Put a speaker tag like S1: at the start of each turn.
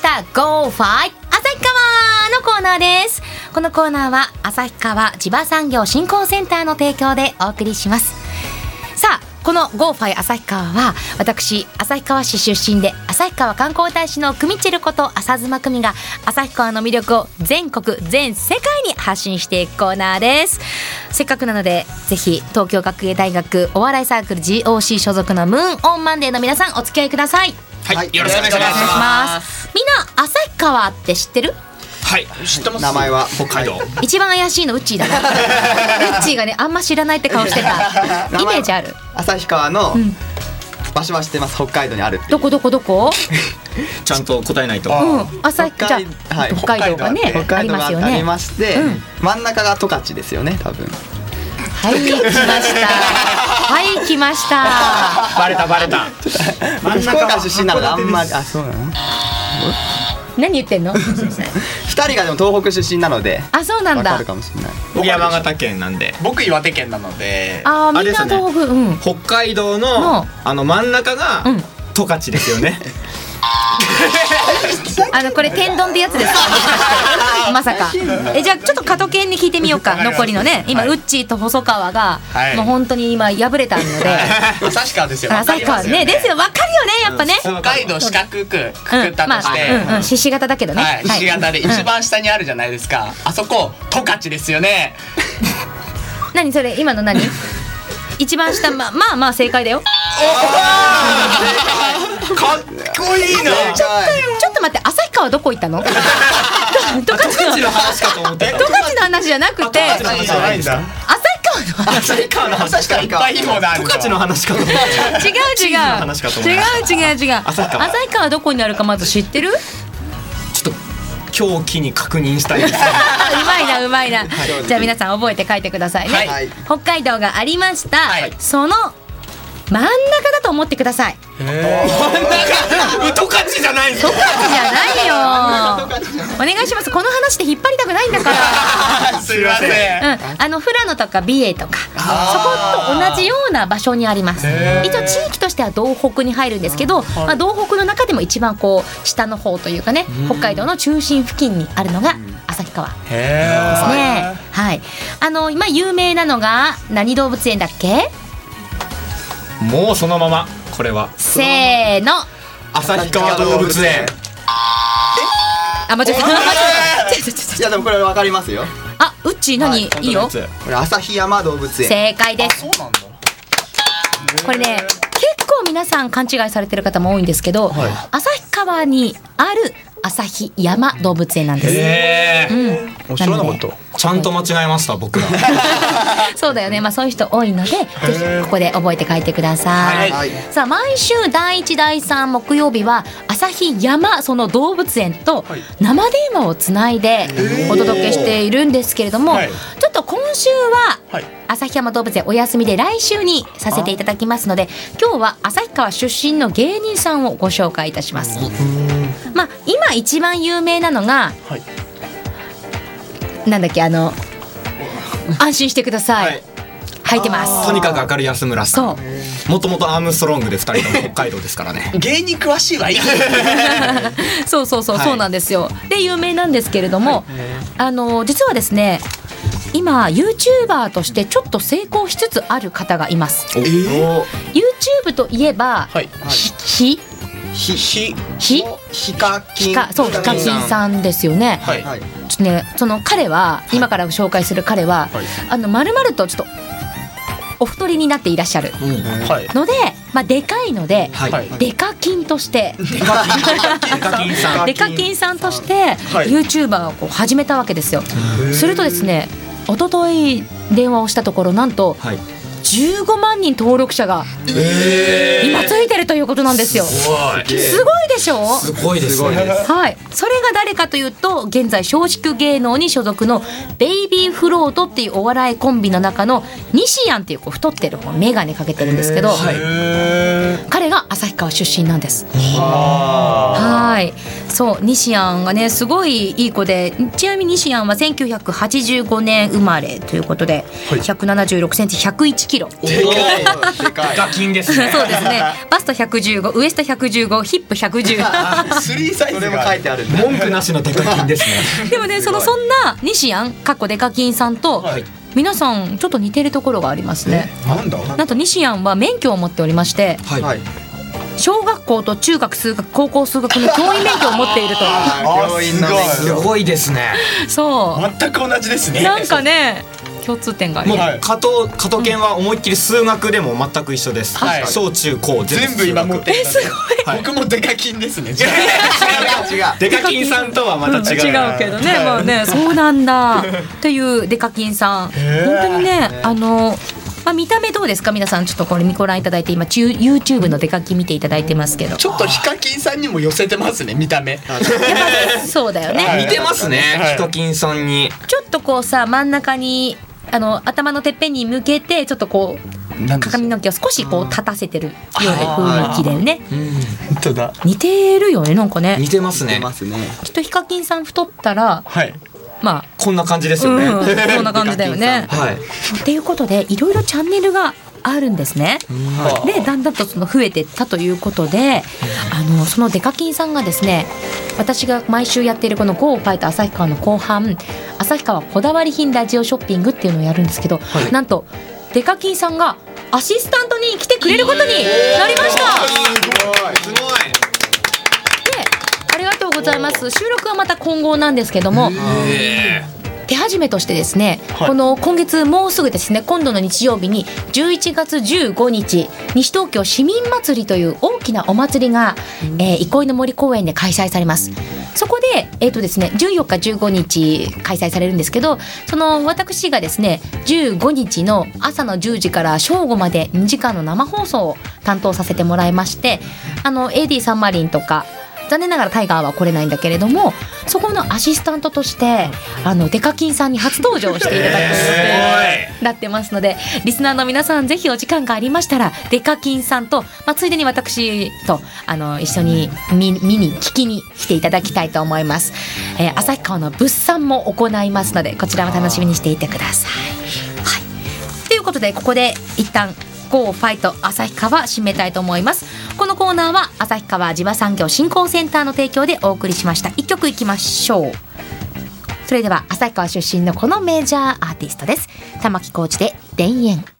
S1: ザ・ゴーファイ旭川のコーナーですこのコーナーは旭川千葉産業振興センターの提供でお送りしますさあこのゴーファイ旭川は私旭川市出身で旭川観光大使の久美チェルこと浅妻久美が旭川の魅力を全国全世界に発信していくコーナーですせっかくなのでぜひ東京学芸大学お笑いサークル GOC 所属のムーンオンマンデーの皆さんお付き合いください
S2: はい、
S3: はい
S2: よろしくお願いし
S3: よろしくお願いし
S2: ま
S1: ますみんな旭川って知ってる
S2: す。はい、知ってます。
S3: 名前は
S2: 北海道。
S1: 一番怪しいのウッチーだなウッチーがねあんま知らないって顔してた
S3: 名
S1: イ
S3: 前
S1: メージある
S3: 旭川の
S1: ん
S3: 場所は知ってます北海道にあるっていう
S1: どこどこどこ
S2: ちゃんと答えないと。
S1: うん旭
S3: 北
S1: じゃ
S3: 海はい
S1: あ北海道がね
S3: 北
S1: あ
S3: 海
S1: り
S3: 道
S1: ま
S3: が
S1: すよ
S3: あり
S1: ね
S3: まして、
S1: うん
S3: 真ん中が十勝ですよね多分
S1: はい来ましたはい来ました
S2: バレたバレた。
S3: 僕福岡出身なのであんまりあそうなの
S1: 何言ってんの
S3: 二人がでも東北出身なので
S1: あそうな
S3: わ
S1: ん
S3: か
S1: だ
S3: るかもしれない
S2: 僕山形県なんで。
S4: 僕岩手県なので
S1: あー
S2: あ
S1: み
S2: れ
S1: ん
S2: です
S1: な
S2: ね
S1: 東北うん
S2: 北海道
S1: の
S2: のあの真ん中が
S1: うん
S2: 十勝ですよね。
S1: あのこれ天丼ってやつですかもしかしてまさかえじゃあちょっと加藤犬に聞いてみようか残りのね今ウッチーと細川が
S4: はい
S1: もう本当に今敗れたので
S4: 旭川ですよ
S1: 旭川ねですよわかるよねやっぱね
S2: うん
S4: 北海道四角くくくったとして、
S1: うんまあうんうん、獅子型だけどね。
S4: はい、ひし形で一番下にあるじゃないですか、あそこ十勝ですよね
S1: うん何それ、今の何。一番下、まあ、まあ、まあ、正解だよ。
S2: かっこいいな。
S3: 正解
S1: ちょっと待って、旭川どこ行ったの。ど、どかち
S2: 十勝
S1: の
S2: の、話かと思ってた。
S1: どかちの話じゃなくて、
S2: あ十
S1: 旭
S2: 勝の話じゃないんだ。
S1: 川の話。
S2: 旭川の話か。
S4: いっぱいいいものある
S2: 十勝の話かと思ってた。
S1: 違う違
S2: の話かと思
S1: う。
S2: い
S1: 違
S2: ま
S1: う違う違う。
S2: 旭川
S1: 旭川どこにあるか、まず知ってる。
S2: ちょっと今日機に確認したい です。
S1: あうまいな、うまいな。じゃあ、皆さん覚えて書いてくださいね。
S4: はい
S3: はい
S1: 北海道がありました。
S4: はい
S1: その。真ん中だと思ってください。
S2: 十勝じゃないんです
S1: 十。勝じゃないよ。お願いします。この話で引っ張りたくないんだ から。
S4: すいません
S1: うん、あの富良野とか美瑛とかそこと同じような場所にあります一応地域としては道北に入るんですけど、まあ、道北の中でも一番こう下の方というかね北海道の中心付近にあるのが旭川ですね。はい、あの今有名なのが何動物園だっけ
S2: もうそのままこれは
S1: せーの
S2: 旭川動物園。
S1: あ間違えた ちょちょち
S3: い
S1: ょ
S3: やでもこれわかりますよ
S1: あうっちー何、い、いよ
S3: これ旭山動物園
S1: 正解です
S4: そうなんだ
S1: これね結構皆さん勘違いされてる方も多いんですけど、旭川にある旭山動物園なんです。
S2: ええ。
S1: 面白いなこと。
S2: ちゃんと間違えました僕ら。
S1: そうだよね。まあそういう人多いので、ぜひここで覚えて書いてください。
S3: はい
S1: さあ毎週第一第三木曜日は旭山その動物園と生電話をつないでお届けしているんですけれども、
S4: はい
S1: ちょっと今週は
S4: はい
S1: 旭山動物園お休みで来週にさせていただきますので今日は旭川出身の芸人さんをご紹介いたします。まあ今一番有名なのが、
S4: はい
S1: なんだっけあの安心してください、入ってます
S2: とにかく明るい安村さんもともとアームストロングで二人とも北海道ですからね
S4: 芸に詳しいわいい
S1: そうそうそう、
S2: はい
S1: そうなんですよで有名なんですけれども、あの実はですね今 YouTuber としてちょっと成功しつつある方がいます
S2: おお
S1: YouTube といえば、
S4: はい
S1: ひ
S3: ひひ
S1: ひ
S3: ヒカキ
S1: ひ
S3: ン
S1: かそうヒカキンさんですよね、
S2: はい
S3: はい
S1: ちょっとねその彼は、今から紹介する彼は、あのまるまるとちょっとお太りになっていらっしゃる
S4: はい
S1: ので、まあでかいので、
S2: はい、
S4: はい
S1: デカキンとして
S2: ヒカキンさん
S1: デカキンさんとしてユーチューバーをこう始めたわけですよ。するとですね、一昨日電話をしたところなんと
S2: はい
S1: 15万人登録者が今ついてるということなんですよ。すごいでしょ。
S2: すごいですね
S1: はい、それが誰かというと現在松竹芸能に所属のベイビーフロートっていうお笑いコンビの中の西庵っていうこう太ってる方眼鏡かけてるんですけど、彼が旭川出身なんです。はいそう西安がねすごいいい子でちなみに西安は1985年生まれということで、176センチ101キロ。
S3: でかいでかい
S2: ガキンですね。
S1: そうですね。バスト115、ウエスト115、ヒップ110。
S4: スリーサイ
S3: そ
S4: ズ
S3: れも
S4: が
S3: 書
S4: あ
S3: い
S4: る
S3: てあるんだ
S2: 文句なしのデカキンですね。
S1: でもね、そのそんな西安かっこデカキンさんと、
S4: はい
S1: 皆さんちょっと似てるところがありますね。
S4: なんだ
S1: なんと西安は免許を持っておりまして、
S2: はい。
S3: はい
S1: 小学校と中学数学、高校数学の教員免許を持っていると。
S3: あー病院の
S4: あ
S3: 免
S4: す
S2: す
S3: 許
S2: ごいですね。
S1: そ
S4: 全く同じです
S1: う。
S4: ね
S1: なんかね、共通点があり
S2: もう
S1: ます。
S4: はい
S2: 加藤加藤健は思いっきり数学でも全く一緒です。
S4: はい
S2: 小中高
S4: 全部今持ってえすご
S2: はい
S4: 僕もデカキンですね
S3: 違う違う
S2: デカキンさんとはまた違う。
S1: うんけどね、まあね、そうなんだ。というデカキンさん、本
S4: へー
S1: 当にね、あの。まあ、見た目どうですか皆さんちょっとこれご覧いただいて今チュ YouTube のデカキン見ていただいてますけど
S4: ちょっとヒカキンさんにも寄せてますね見た目
S1: やっぱそうだよ
S4: は
S1: ね
S4: い
S2: 似てますね
S4: はい。
S2: ヒカキンさんに。
S1: ちょっとこうさ真ん中にあの頭のてっぺんに向けてちょっとこ
S4: な
S1: う鏡の毛を少しこう立たせてるような
S3: あ
S1: 雰囲気でね
S4: 本当だ
S1: 似てるよねなんかね
S2: 似てます
S3: 出
S2: ね。
S3: ますね
S1: きっとヒカキンさん太ったら
S4: はい
S1: まあ
S2: こんな感じです
S1: う
S2: よ
S1: ん
S2: ね。
S1: こんな感じだよね。
S2: はい。
S1: っていうことでいろいろチャンネルがあるんですね。でだんだんとその増えてったということであのそのデカキンさんがですね私が毎週やっているこの「GO! ファイト旭川」の後半旭川こだわり品ラジオショッピングっていうのをやるんですけど、なんとデカキンさんがアシスタントに来てくれることになりました、
S3: すごい
S1: でありがとうございます収録はまた今後なんですけども手始めとしてですね、
S4: はい
S1: この今月もうすぐですね今度の日曜日に11月15日西東京市民祭りという大きなお祭りが、えー憩いの森公園で開催されます。そこで、えーとですね、14日15日開催されるんですけどその私がですね15日の朝の10時から正午まで2時間の生放送を担当させてもらいましてあの AD サンマリンとか残念ながらタイガーは来れないんだけれどもそこのアシスタントとしてあのデカキンさんに初登場していただくことになってますのでリスナーの皆さんぜひお時間がありましたらデカキンさんと、まあ、ついでに私とあの一緒に見見に聞きに来ていただきたいと思います、えー、旭川の物産も行いますのでこちらも楽しみにしていてください。はいということでここで一旦 GO ファイト旭川締めたいと思いますこのコーナーは旭川地場産業振興センターの提供でお送りしました一曲いきましょうそれでは旭川出身のこのメジャーアーティストです玉置浩二で田園